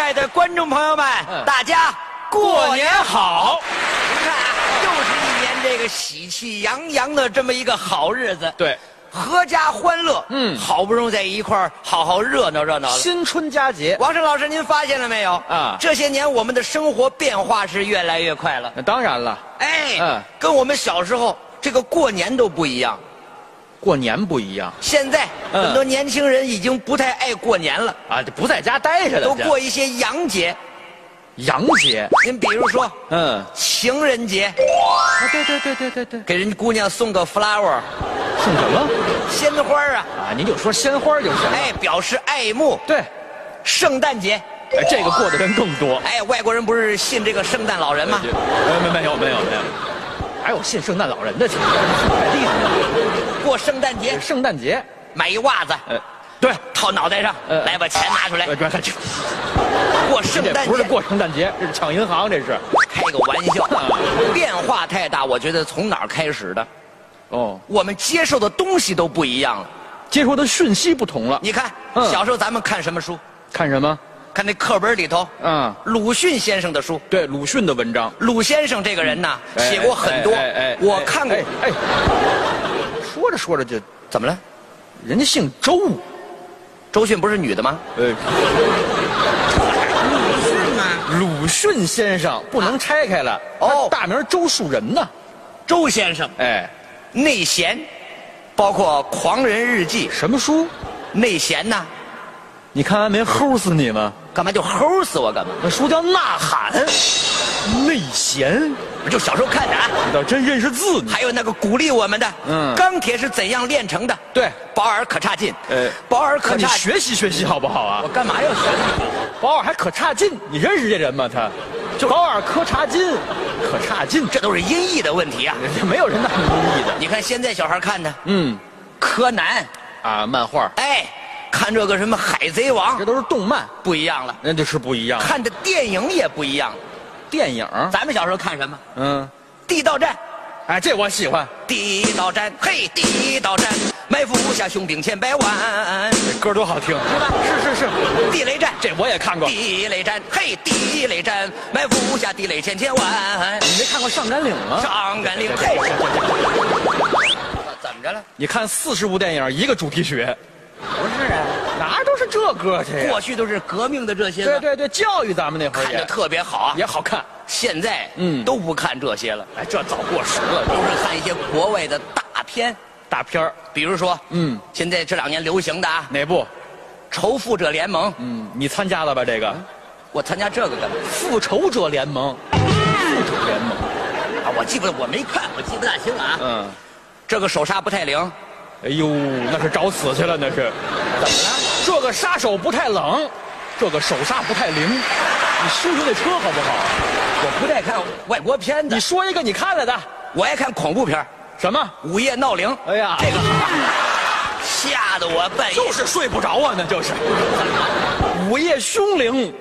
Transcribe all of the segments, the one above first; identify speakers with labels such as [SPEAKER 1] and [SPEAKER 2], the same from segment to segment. [SPEAKER 1] 爱的观众朋友们，
[SPEAKER 2] 嗯
[SPEAKER 1] 大家过
[SPEAKER 2] 过
[SPEAKER 1] 年
[SPEAKER 2] 年
[SPEAKER 1] 好！
[SPEAKER 2] 好，
[SPEAKER 1] 您看啊， 又是一年这个喜气洋洋的这么一个好日子，
[SPEAKER 2] 对，
[SPEAKER 1] 阖家欢乐。
[SPEAKER 2] 嗯
[SPEAKER 1] 好不容易在一块儿好好热闹热闹了。
[SPEAKER 2] 新春佳节，
[SPEAKER 1] 王胜老师，您发现了没有？
[SPEAKER 2] 啊
[SPEAKER 1] 这些年我们的生活变化是越来越快了。
[SPEAKER 2] 那当然了，
[SPEAKER 1] 哎，
[SPEAKER 2] 嗯
[SPEAKER 1] 跟我们小时候这个过年都不一样。
[SPEAKER 2] 过年不一样
[SPEAKER 1] 现在
[SPEAKER 2] 嗯
[SPEAKER 1] 很多年轻人已经不太爱过年了，
[SPEAKER 2] 啊，就不在家待着了，
[SPEAKER 1] 都
[SPEAKER 2] 这
[SPEAKER 1] 过一些洋节。
[SPEAKER 2] 洋节，
[SPEAKER 1] 您比如说
[SPEAKER 2] 嗯，
[SPEAKER 1] 情人节，
[SPEAKER 2] 啊，对对对对对对，
[SPEAKER 1] 给人姑娘送个 flower
[SPEAKER 2] 送什么
[SPEAKER 1] 鲜花啊，
[SPEAKER 2] 啊？您就说鲜花就行了，
[SPEAKER 1] 哎，表示爱慕。
[SPEAKER 2] 对，
[SPEAKER 1] 圣诞节，
[SPEAKER 2] 哎这个过的人更多，
[SPEAKER 1] 哎，外国人不是信这个圣诞老人吗？
[SPEAKER 2] 没没没有没有没有，还有信圣诞老人的，这太厉害了，
[SPEAKER 1] 过圣诞节
[SPEAKER 2] 圣诞节，
[SPEAKER 1] 买一袜子，
[SPEAKER 2] 呃，对，
[SPEAKER 1] 套脑袋上，
[SPEAKER 2] 呃
[SPEAKER 1] 来把钱拿出来
[SPEAKER 2] 呃，。这这
[SPEAKER 1] 过圣
[SPEAKER 2] 这
[SPEAKER 1] 诞
[SPEAKER 2] 不是
[SPEAKER 1] 节，
[SPEAKER 2] 过啊圣诞节，这是抢银行，这是，
[SPEAKER 1] 开个玩笑，变化太大，我觉得从哪儿开始的？
[SPEAKER 2] 哦，
[SPEAKER 1] 我们接受的东西都不一样了。
[SPEAKER 2] 接收的讯息不同了，
[SPEAKER 1] 你看，
[SPEAKER 2] 嗯
[SPEAKER 1] 小时候咱们看什么书？
[SPEAKER 2] 看什么？
[SPEAKER 1] 看那课本里头，
[SPEAKER 2] 嗯，
[SPEAKER 1] 鲁迅先生的书。
[SPEAKER 2] 对，鲁迅的文章。
[SPEAKER 1] 鲁先生这个人呐，
[SPEAKER 2] 哎
[SPEAKER 1] 写过很多
[SPEAKER 2] 哎哎哎，
[SPEAKER 1] 我看过
[SPEAKER 2] 哎。哎，说着说着就，
[SPEAKER 1] 怎么了？
[SPEAKER 2] 人家姓周，
[SPEAKER 1] 周迅不是女的吗？
[SPEAKER 2] 呃，
[SPEAKER 1] 鲁迅吗？
[SPEAKER 2] 鲁迅先生不能拆开了。
[SPEAKER 1] 哦
[SPEAKER 2] 他大名周树人呢。
[SPEAKER 1] 周先生，
[SPEAKER 2] 哎，
[SPEAKER 1] 内贤，包括《狂人日记》，
[SPEAKER 2] 什么书？
[SPEAKER 1] 内贤呐，
[SPEAKER 2] 你看完没？齁死你们！
[SPEAKER 1] 干嘛就齁死我干嘛？
[SPEAKER 2] 那书叫《呐喊》，内弦，
[SPEAKER 1] 我就小时候看的啊。
[SPEAKER 2] 你倒真认识字你。
[SPEAKER 1] 还有那个鼓励我们的，
[SPEAKER 2] 嗯
[SPEAKER 1] 钢铁是怎样炼成的？
[SPEAKER 2] 对，
[SPEAKER 1] 保尔可差劲，
[SPEAKER 2] 呃
[SPEAKER 1] 保尔可
[SPEAKER 2] 可你
[SPEAKER 1] 差劲，
[SPEAKER 2] 学习学习好不好啊
[SPEAKER 1] 我？干嘛要学你？
[SPEAKER 2] 保尔还可差劲，你认识这人吗？他，保尔柯察金，可差劲，
[SPEAKER 1] 这都是音译的问题啊！
[SPEAKER 2] 这没有人那么容易的。
[SPEAKER 1] 你看现在小孩看的
[SPEAKER 2] 嗯，
[SPEAKER 1] 柯南，
[SPEAKER 2] 啊，漫画，
[SPEAKER 1] 哎，看这个什么海贼王
[SPEAKER 2] 这都是动漫。
[SPEAKER 1] 不一样了，
[SPEAKER 2] 那就是不一样。
[SPEAKER 1] 看的电影也不一样了。
[SPEAKER 2] 电影，
[SPEAKER 1] 咱们小时候看什么？
[SPEAKER 2] 嗯，
[SPEAKER 1] 地道战，
[SPEAKER 2] 哎，这我喜欢。
[SPEAKER 1] 地道战，嘿，地道战，埋伏下雄兵千百万，
[SPEAKER 2] 这歌多好听，是吧？是是是，
[SPEAKER 1] 地雷战，
[SPEAKER 2] 这我也看过。你
[SPEAKER 1] 地雷战，嘿，地雷战，埋伏下地雷千千万。
[SPEAKER 2] 没看过《上甘岭》吗？
[SPEAKER 1] 上甘岭
[SPEAKER 2] 啊对对对对对对
[SPEAKER 1] 怎么着了？
[SPEAKER 2] 你看四十部电影，一个主题曲，
[SPEAKER 1] 不是啊，
[SPEAKER 2] 哪儿都是这歌去呀。
[SPEAKER 1] 过去都是革命的这些
[SPEAKER 2] 对
[SPEAKER 1] 呢，
[SPEAKER 2] 对对，教育咱们那会儿
[SPEAKER 1] 看着
[SPEAKER 2] 也
[SPEAKER 1] 特别好啊。
[SPEAKER 2] 也好看。
[SPEAKER 1] 现在
[SPEAKER 2] 嗯
[SPEAKER 1] 都不看这些了，
[SPEAKER 2] 哎，这早过时了。
[SPEAKER 1] 都是看一些国外的大片，
[SPEAKER 2] 大片儿
[SPEAKER 1] 比如说，
[SPEAKER 2] 嗯，
[SPEAKER 1] 现在这两年流行的啊，
[SPEAKER 2] 哪部？
[SPEAKER 1] 《仇富者联盟》，
[SPEAKER 2] 嗯，你参加了吧？这个
[SPEAKER 1] 嗯我参加这个干嘛
[SPEAKER 2] 《复仇者联盟》。
[SPEAKER 1] 嗯
[SPEAKER 2] 复仇联盟，
[SPEAKER 1] 啊？我记不得，我没看，我记不大清了啊。
[SPEAKER 2] 嗯，
[SPEAKER 1] 这个手刹不太灵，
[SPEAKER 2] 哎呦，那是找死去了，那是。
[SPEAKER 1] 怎么了？
[SPEAKER 2] 这个杀手不太冷，这个手刹不太灵。你修修那车好不好？
[SPEAKER 1] 我不太看外国片子
[SPEAKER 2] 你，说一个你看了的
[SPEAKER 1] 我爱看恐怖片儿，
[SPEAKER 2] 什么？
[SPEAKER 1] 《午夜闹铃》，
[SPEAKER 2] 哎呀，
[SPEAKER 1] 这个吓得我半夜
[SPEAKER 2] 就是睡不着啊，那就是。 午夜凶铃，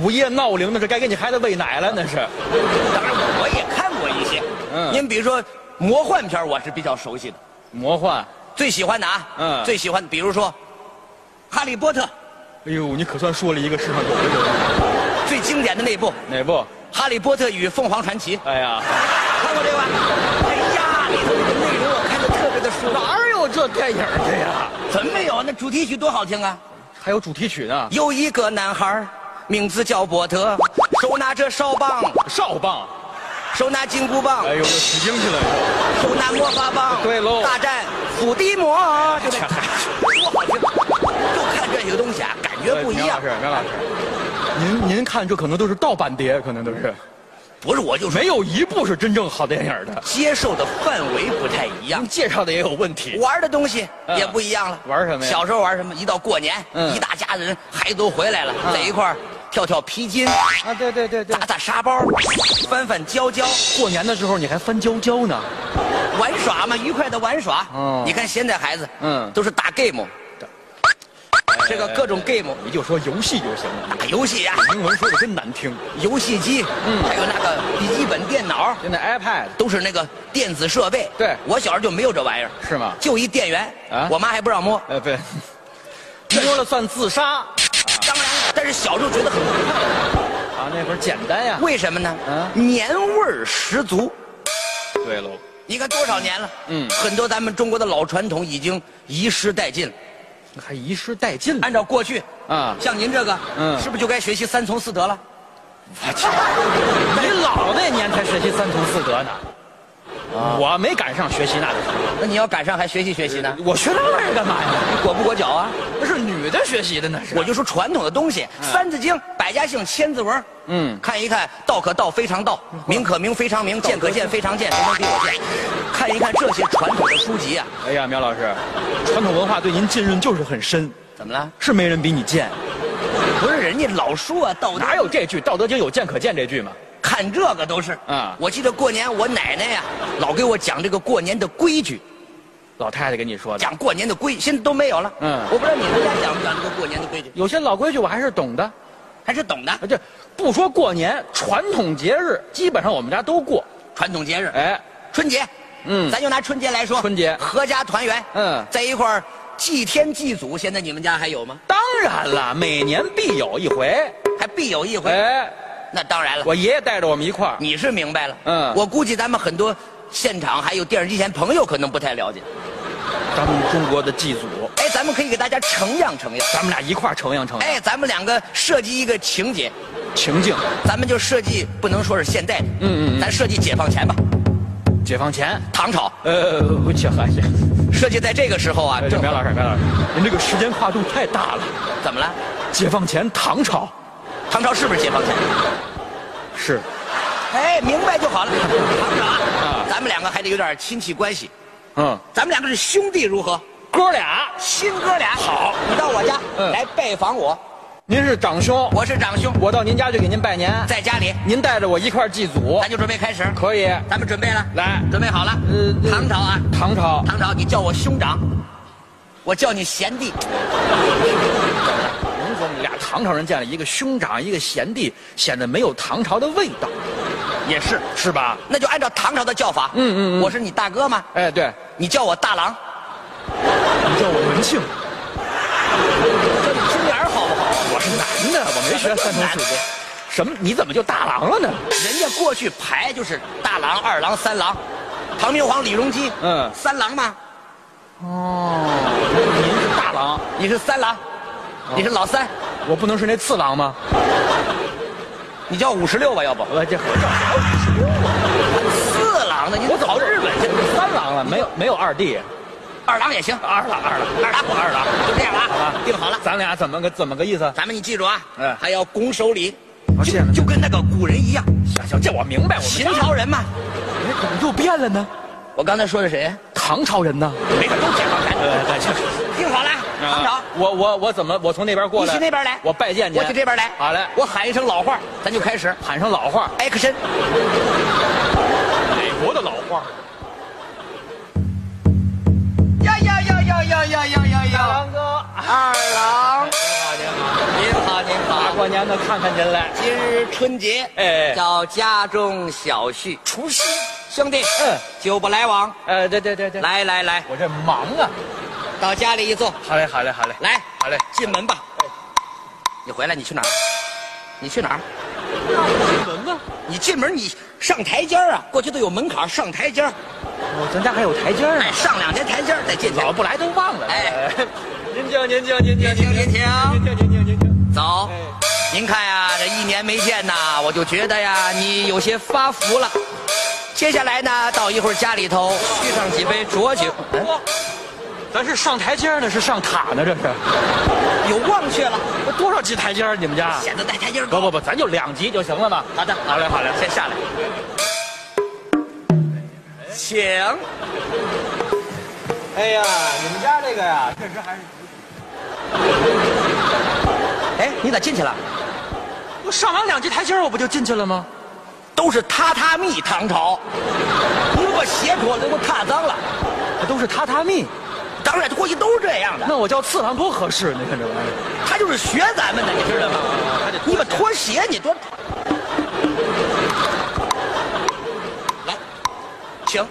[SPEAKER 2] 午夜闹铃，那是该给你孩子喂奶了，那是。
[SPEAKER 1] 当然我也看过一些，
[SPEAKER 2] 嗯
[SPEAKER 1] 您比如说魔幻片儿我是比较熟悉的，
[SPEAKER 2] 魔幻，
[SPEAKER 1] 最喜欢的啊，
[SPEAKER 2] 嗯
[SPEAKER 1] 最喜欢的比如说《哈利波特
[SPEAKER 2] 哎呦，你可算说了一个世上有的人。》
[SPEAKER 1] 最经典的那部《
[SPEAKER 2] 哪部？
[SPEAKER 1] 哈利波特与凤凰传奇》，
[SPEAKER 2] 哎呀，
[SPEAKER 1] 看过这个吧？哎呀，里头那个内容我看的特别的舒服，
[SPEAKER 2] 哪儿有这电影的呀？
[SPEAKER 1] 怎么没有啊？那主题曲多好听啊！
[SPEAKER 2] 还有主题曲呢，
[SPEAKER 1] 有一个男孩儿名字叫伯特，手拿着哨棒，
[SPEAKER 2] 少棒。
[SPEAKER 1] 手拿金箍棒，
[SPEAKER 2] 哎呦，取经去了。
[SPEAKER 1] 手拿魔法棒，
[SPEAKER 2] 对喽
[SPEAKER 1] 大战伏地魔，就
[SPEAKER 2] 这
[SPEAKER 1] 那
[SPEAKER 2] 嗨
[SPEAKER 1] 多好听！就看这些东西啊，感觉不一样
[SPEAKER 2] 呃。苗老师，苗老师，您您看这可能都是盗版碟，可能都是。
[SPEAKER 1] 不是，我就说
[SPEAKER 2] 没有一部是真正好电影的。
[SPEAKER 1] 接受的范围不太一样，
[SPEAKER 2] 介绍的也有问题。
[SPEAKER 1] 玩的东西
[SPEAKER 2] 嗯
[SPEAKER 1] 也不一样了。
[SPEAKER 2] 玩什么呀
[SPEAKER 1] 小时候玩什么？一到过年，
[SPEAKER 2] 嗯
[SPEAKER 1] 一大家子人孩子都回来了，在一块儿跳跳皮筋，
[SPEAKER 2] 啊，对对对对
[SPEAKER 1] 打，打沙包，翻翻浇浇，
[SPEAKER 2] 过年的时候你还翻娇娇呢。
[SPEAKER 1] 玩耍嘛，愉快的玩耍。
[SPEAKER 2] 哦
[SPEAKER 1] 你看现在孩子，
[SPEAKER 2] 嗯哎
[SPEAKER 1] 都是打 game，这个各种 game
[SPEAKER 2] 你就说游戏就行了。
[SPEAKER 1] 打游戏呀、
[SPEAKER 2] 英文说的真难听。
[SPEAKER 1] 游戏机，
[SPEAKER 2] 嗯
[SPEAKER 1] 还有那个笔记本电脑，
[SPEAKER 2] 现在 iPad
[SPEAKER 1] 都是那个电子设备。
[SPEAKER 2] 对
[SPEAKER 1] 我小时候就没有这玩意儿，
[SPEAKER 2] 是吗？
[SPEAKER 1] 就一电源
[SPEAKER 2] 啊
[SPEAKER 1] 我妈还不让摸。
[SPEAKER 2] 呃，不，摸了算自杀。
[SPEAKER 1] 当然了，但是小时候觉得很无聊，
[SPEAKER 2] 啊，那会儿简单呀。
[SPEAKER 1] 为什么呢？
[SPEAKER 2] 嗯
[SPEAKER 1] 年味儿十足。
[SPEAKER 2] 对喽，
[SPEAKER 1] 你看多少年了？
[SPEAKER 2] 嗯
[SPEAKER 1] 很多咱们中国的老传统已经遗失殆尽了。
[SPEAKER 2] 还遗失殆尽了
[SPEAKER 1] 按照过去，
[SPEAKER 2] 啊！
[SPEAKER 1] 像您这个，
[SPEAKER 2] 嗯
[SPEAKER 1] 是不是就该学习三从四德了？
[SPEAKER 2] 我去，你老那年才学习三从四德呢，我没赶上学习那个。
[SPEAKER 1] 那你要赶上还学习学习呢？
[SPEAKER 2] 我学那玩意儿干嘛呀？
[SPEAKER 1] 你裹不裹脚啊？
[SPEAKER 2] 那是女的学习的，那是。
[SPEAKER 1] 我就说传统的东西，三字经》《百家姓》《千字文》，
[SPEAKER 2] 嗯
[SPEAKER 1] 看一看，道可道非常道，名可名非常名，见可见非常见，人能比我见。看一看这些传统的书籍啊，
[SPEAKER 2] 哎呀，苗老师，传统文化对您浸润就是很深，
[SPEAKER 1] 怎么了？
[SPEAKER 2] 是没人比你贱。
[SPEAKER 1] 不是人家老说啊，道德
[SPEAKER 2] 哪有这句《道德经》有见可见这句吗？
[SPEAKER 1] 看这个都是
[SPEAKER 2] 嗯
[SPEAKER 1] 我记得过年我奶奶呀、老给我讲这个过年的规矩，
[SPEAKER 2] 老太太跟你说的。
[SPEAKER 1] 讲过年的规，现在都没有了。
[SPEAKER 2] 嗯
[SPEAKER 1] 我不知道你们家讲不讲这个过年的规矩，
[SPEAKER 2] 有些老规矩我还是懂的，
[SPEAKER 1] 还是懂的。
[SPEAKER 2] 这不说过年，传统节日基本上我们家都过。
[SPEAKER 1] 传统节日，
[SPEAKER 2] 哎，
[SPEAKER 1] 春节，
[SPEAKER 2] 嗯
[SPEAKER 1] 咱就拿春节来说，
[SPEAKER 2] 春节
[SPEAKER 1] 合家团圆，
[SPEAKER 2] 嗯
[SPEAKER 1] 在一块儿祭天祭祖，现在你们家还有吗？
[SPEAKER 2] 当然了，每年必有一回。
[SPEAKER 1] 还必有一回。
[SPEAKER 2] 哎，
[SPEAKER 1] 那当然了，
[SPEAKER 2] 我爷爷带着我们一块儿，
[SPEAKER 1] 你是明白了。
[SPEAKER 2] 嗯
[SPEAKER 1] 我估计咱们很多现场还有电视机前朋友可能不太了解。
[SPEAKER 2] 咱们中国的祭祖，
[SPEAKER 1] 哎，咱们可以给大家呈样呈样。
[SPEAKER 2] 咱们俩一块儿承样承样
[SPEAKER 1] 哎，咱们两个设计一个情节，
[SPEAKER 2] 情境。
[SPEAKER 1] 咱们就设计不能说是现代的，
[SPEAKER 2] 嗯嗯嗯
[SPEAKER 1] 咱设计解放前吧，
[SPEAKER 2] 解放前，
[SPEAKER 1] 唐朝。
[SPEAKER 2] 呃，我去，哎呀，
[SPEAKER 1] 设计在这个时候啊，
[SPEAKER 2] 这
[SPEAKER 1] 正
[SPEAKER 2] 呃苗老师，苗老师，您这个时间跨度太大了。
[SPEAKER 1] 怎么了？
[SPEAKER 2] 解放前，唐朝
[SPEAKER 1] 唐朝是不是解放前？
[SPEAKER 2] 是
[SPEAKER 1] 哎，明白就 好了。唐朝啊
[SPEAKER 2] 啊，
[SPEAKER 1] 咱们两个还得有点亲戚关系，
[SPEAKER 2] 嗯，
[SPEAKER 1] 咱们两个是兄弟如何？
[SPEAKER 2] 哥俩，
[SPEAKER 1] 亲哥俩。好，你到我家
[SPEAKER 2] 嗯
[SPEAKER 1] 来拜访我，
[SPEAKER 2] 您是长兄，
[SPEAKER 1] 我是长兄，
[SPEAKER 2] 我到您家去给您拜年，
[SPEAKER 1] 在家里，
[SPEAKER 2] 您带着我一块儿祭祖
[SPEAKER 1] 咱，就准备开始。
[SPEAKER 2] 可以？
[SPEAKER 1] 咱们准备了，
[SPEAKER 2] 来
[SPEAKER 1] 准备好了。
[SPEAKER 2] 呃那
[SPEAKER 1] 唐朝啊，
[SPEAKER 2] 唐朝，
[SPEAKER 1] 唐朝，你叫我兄长，我叫你贤弟，
[SPEAKER 2] 您说我们俩唐朝人见了一个兄长，一个贤弟，显得没有唐朝的味道，
[SPEAKER 1] 也是。
[SPEAKER 2] 是吧？
[SPEAKER 1] 那就按照唐朝的叫法，
[SPEAKER 2] 嗯嗯嗯
[SPEAKER 1] 我是你大哥吗？
[SPEAKER 2] 哎，对，
[SPEAKER 1] 你叫我大郎，
[SPEAKER 2] 你叫我文庆，
[SPEAKER 1] 叫你兄儿好不好？
[SPEAKER 2] 我是男的，我没学三从四德，什么？你怎么就大郎了呢？
[SPEAKER 1] 人家过去排就是大郎、二郎、三郎，唐明皇李隆基，
[SPEAKER 2] 嗯
[SPEAKER 1] 三郎嘛，
[SPEAKER 2] 哦，您是大郎，
[SPEAKER 1] 你是三郎，
[SPEAKER 2] 哦
[SPEAKER 1] 你是老三，
[SPEAKER 2] 我不能是那次郎吗？
[SPEAKER 1] 你叫五十六吧，要不
[SPEAKER 2] 我这
[SPEAKER 1] 四郎呢？你
[SPEAKER 2] 我怎
[SPEAKER 1] 跑
[SPEAKER 2] 么
[SPEAKER 1] 日本去？
[SPEAKER 2] 这三郎了？没有没有二弟，
[SPEAKER 1] 二郎也行，
[SPEAKER 2] 二郎二郎，
[SPEAKER 1] 二郎不二郎，就这样了
[SPEAKER 2] 好
[SPEAKER 1] 啊
[SPEAKER 2] 吧，
[SPEAKER 1] 定好了。
[SPEAKER 2] 咱俩怎么个怎么个意思？
[SPEAKER 1] 咱们你记住啊，
[SPEAKER 2] 嗯
[SPEAKER 1] 还要拱手礼，
[SPEAKER 2] 我
[SPEAKER 1] 就
[SPEAKER 2] 见了
[SPEAKER 1] 就跟那个古人一样，
[SPEAKER 2] 行行，这我明白，我
[SPEAKER 1] 秦朝人嘛。
[SPEAKER 2] 哎怎么又变了呢？
[SPEAKER 1] 我刚才说的谁？
[SPEAKER 2] 唐朝人呢？
[SPEAKER 1] 没事，都解放前。
[SPEAKER 2] 呃，大家。
[SPEAKER 1] 听好了，唐朝
[SPEAKER 2] 啊，我我我怎么我从那边过
[SPEAKER 1] 你
[SPEAKER 2] 来？
[SPEAKER 1] 去那嗯边来，
[SPEAKER 2] 我拜见您。
[SPEAKER 1] 我去这边来。
[SPEAKER 2] 好嘞，
[SPEAKER 1] 我喊一声老话，咱就开始
[SPEAKER 2] 喊上老话，
[SPEAKER 1] action。
[SPEAKER 2] 哪国的老话？
[SPEAKER 1] 呀呀呀呀呀呀呀呀呀！
[SPEAKER 2] 哥，
[SPEAKER 1] 二郎，
[SPEAKER 2] 您
[SPEAKER 1] 啊您好
[SPEAKER 2] 好您好，
[SPEAKER 1] 您
[SPEAKER 2] 大
[SPEAKER 1] 好。
[SPEAKER 2] 过年的看看您来。
[SPEAKER 1] 今日春节，
[SPEAKER 2] 哎
[SPEAKER 1] 叫家中小婿，
[SPEAKER 2] 除夕，
[SPEAKER 1] 兄弟，
[SPEAKER 2] 嗯，
[SPEAKER 1] 久不来往，
[SPEAKER 2] 呃，对对对对，，
[SPEAKER 1] 来来来，
[SPEAKER 2] 我这忙啊。
[SPEAKER 1] 到家里一坐，
[SPEAKER 2] 好嘞好嘞好嘞，
[SPEAKER 1] 来，
[SPEAKER 2] 好嘞
[SPEAKER 1] 进门吧。哎你回来，你去哪儿？你去哪儿？
[SPEAKER 2] 进门吧。
[SPEAKER 1] 你进门你上台阶儿啊，过去都有门槛儿，上台阶儿，
[SPEAKER 2] 哦，咱家还有台阶呢
[SPEAKER 1] 哎，。上两天台阶儿再进去。
[SPEAKER 2] 老不来都忘了。
[SPEAKER 1] 哎，
[SPEAKER 2] 您请您请您
[SPEAKER 1] 您
[SPEAKER 2] 请
[SPEAKER 1] 请您请
[SPEAKER 2] 您请您请您请。
[SPEAKER 1] 走
[SPEAKER 2] 哎，
[SPEAKER 1] 您看呀、这一年没见呐，我就觉得呀，你有些发福了。接下来呢，到一会儿家里头续上几杯浊酒，哎
[SPEAKER 2] 咱是上台阶呢，是上塔呢？这是
[SPEAKER 1] 有忘却了，
[SPEAKER 2] 多少级台阶儿？你们家？
[SPEAKER 1] 显得带台阶儿
[SPEAKER 2] 不
[SPEAKER 1] 高。
[SPEAKER 2] 不不，咱就两级就行了嘛。
[SPEAKER 1] 好的，
[SPEAKER 2] 好嘞，好嘞，
[SPEAKER 1] 先下来，请。
[SPEAKER 2] 哎呀，你们家这个呀，确实还是
[SPEAKER 1] 哎，你咋进去了？
[SPEAKER 2] 我上完两级台阶儿，我不就进去了吗？
[SPEAKER 1] 都是榻榻米唐朝，你如果鞋脱了，给我踏脏了。
[SPEAKER 2] 还都是榻榻米，
[SPEAKER 1] 当然，过去都是这样的，
[SPEAKER 2] 那我叫次郎多合适？你看这玩意儿，
[SPEAKER 1] 他就是学咱们的，你知道吗？
[SPEAKER 2] 还得
[SPEAKER 1] 你把拖鞋你多来，请。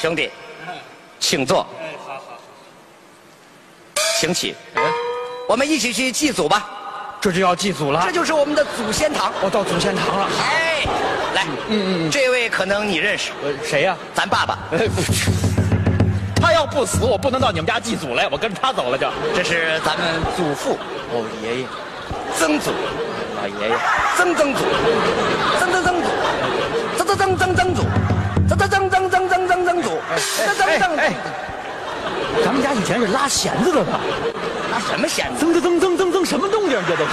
[SPEAKER 1] 兄弟，请坐，
[SPEAKER 2] 哎，好好。
[SPEAKER 1] 请起，
[SPEAKER 2] 哎，
[SPEAKER 1] 我们一起去祭祖吧，
[SPEAKER 2] 这就要祭祖了
[SPEAKER 1] 这，就是我们的祖先堂。
[SPEAKER 2] 我到祖先堂了。
[SPEAKER 1] 哎，来，嗯嗯，这位可能你认识，
[SPEAKER 2] 呃，谁呀、
[SPEAKER 1] 咱爸爸，
[SPEAKER 2] 哎不是他要不死，我不能到你们家祭祖来，我跟着他走了就。
[SPEAKER 1] 这是咱们祖父
[SPEAKER 2] 哦，爷爷，
[SPEAKER 1] 曾祖、
[SPEAKER 2] 老爷爷，
[SPEAKER 1] 曾曾祖、曾曾曾祖、曾曾曾曾曾祖、曾曾曾曾曾曾曾曾祖、曾曾曾
[SPEAKER 2] 哎，咱们家以前是拉弦子的吧？
[SPEAKER 1] 拿什么弦子？
[SPEAKER 2] 噌噌噌噌噌噌，什么东西啊？这都是。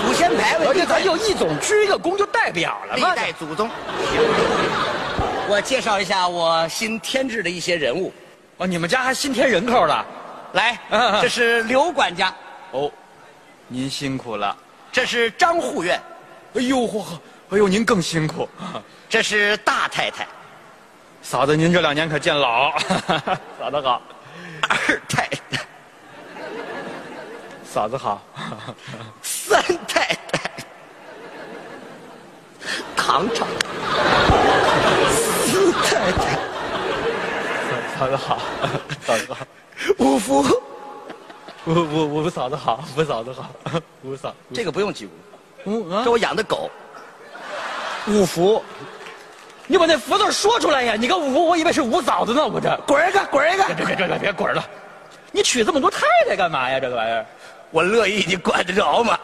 [SPEAKER 1] 祖先牌位，
[SPEAKER 2] 而且咱就一总鞠一个躬就代表了
[SPEAKER 1] 历
[SPEAKER 2] 嘛。
[SPEAKER 1] 代祖宗。我介绍一下我新添置的一些人物，
[SPEAKER 2] 哦，你们家还新添人口了？
[SPEAKER 1] 来，这是刘管家，
[SPEAKER 2] 哦，您辛苦了。
[SPEAKER 1] 这是张护院，
[SPEAKER 2] 哎呦嚯，哎呦您更辛 苦，
[SPEAKER 1] 这是大太太、
[SPEAKER 2] 嫂子您这两年可见老， 嫂子好，
[SPEAKER 1] 二太太、
[SPEAKER 2] 嫂子 好，
[SPEAKER 1] 三太太、堂长、四太太、
[SPEAKER 2] 嫂子好，嫂子好，
[SPEAKER 1] 五福，
[SPEAKER 2] 五五五嫂子好，五嫂子好，五嫂
[SPEAKER 1] 这个不用记，
[SPEAKER 2] 五啊
[SPEAKER 1] 这，我养的狗。
[SPEAKER 2] 五福，你把那福字说出来呀！你个五福，我以为是五嫂子呢，我这滚一个，滚一个，别别别别别滚了！你娶这么多太太干嘛呀？这个玩意儿，
[SPEAKER 1] 我乐意，你管得着吗？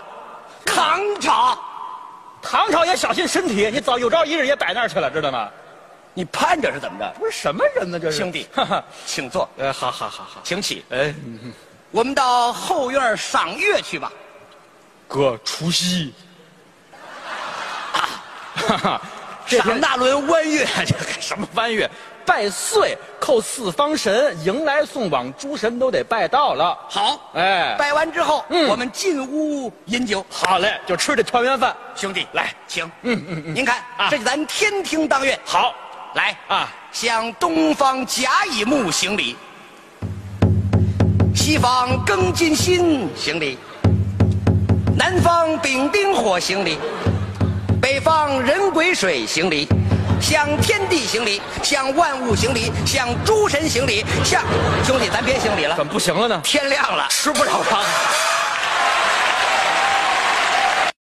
[SPEAKER 1] 堂长，
[SPEAKER 2] 唐朝也小心身体，你早有朝一日也摆那儿去了，知道吗？
[SPEAKER 1] 你盼着是怎么着？
[SPEAKER 2] 不是什么人呢，这是
[SPEAKER 1] 兄弟
[SPEAKER 2] 哈哈，
[SPEAKER 1] 请坐，
[SPEAKER 2] 呃，好好好好，
[SPEAKER 1] 请起。
[SPEAKER 2] 哎，
[SPEAKER 1] 我们到后院赏月去吧。
[SPEAKER 2] 哥，除夕， 哈哈，这
[SPEAKER 1] 赏
[SPEAKER 2] 天
[SPEAKER 1] 那轮弯月，啊
[SPEAKER 2] 这个什么弯月？拜岁，叩四方神，迎来送往，诸神都得拜到了。
[SPEAKER 1] 好，
[SPEAKER 2] 哎，
[SPEAKER 1] 拜完之后，
[SPEAKER 2] 嗯
[SPEAKER 1] 我们进屋饮酒。
[SPEAKER 2] 好嘞，就吃这团圆饭。
[SPEAKER 1] 兄弟，来，请。
[SPEAKER 2] 嗯嗯嗯
[SPEAKER 1] 您看，
[SPEAKER 2] 啊
[SPEAKER 1] 这是咱天庭当院。
[SPEAKER 2] 好
[SPEAKER 1] 来
[SPEAKER 2] 啊，
[SPEAKER 1] 向东方甲乙木行礼，西方庚金辛行礼，南方丙丁火行礼，北方人癸水行礼，向天地行礼，向万物行礼，向诸神行礼，向兄弟，咱别行礼了，
[SPEAKER 2] 怎么不行了呢？
[SPEAKER 1] 天亮了，
[SPEAKER 2] 吃不了了。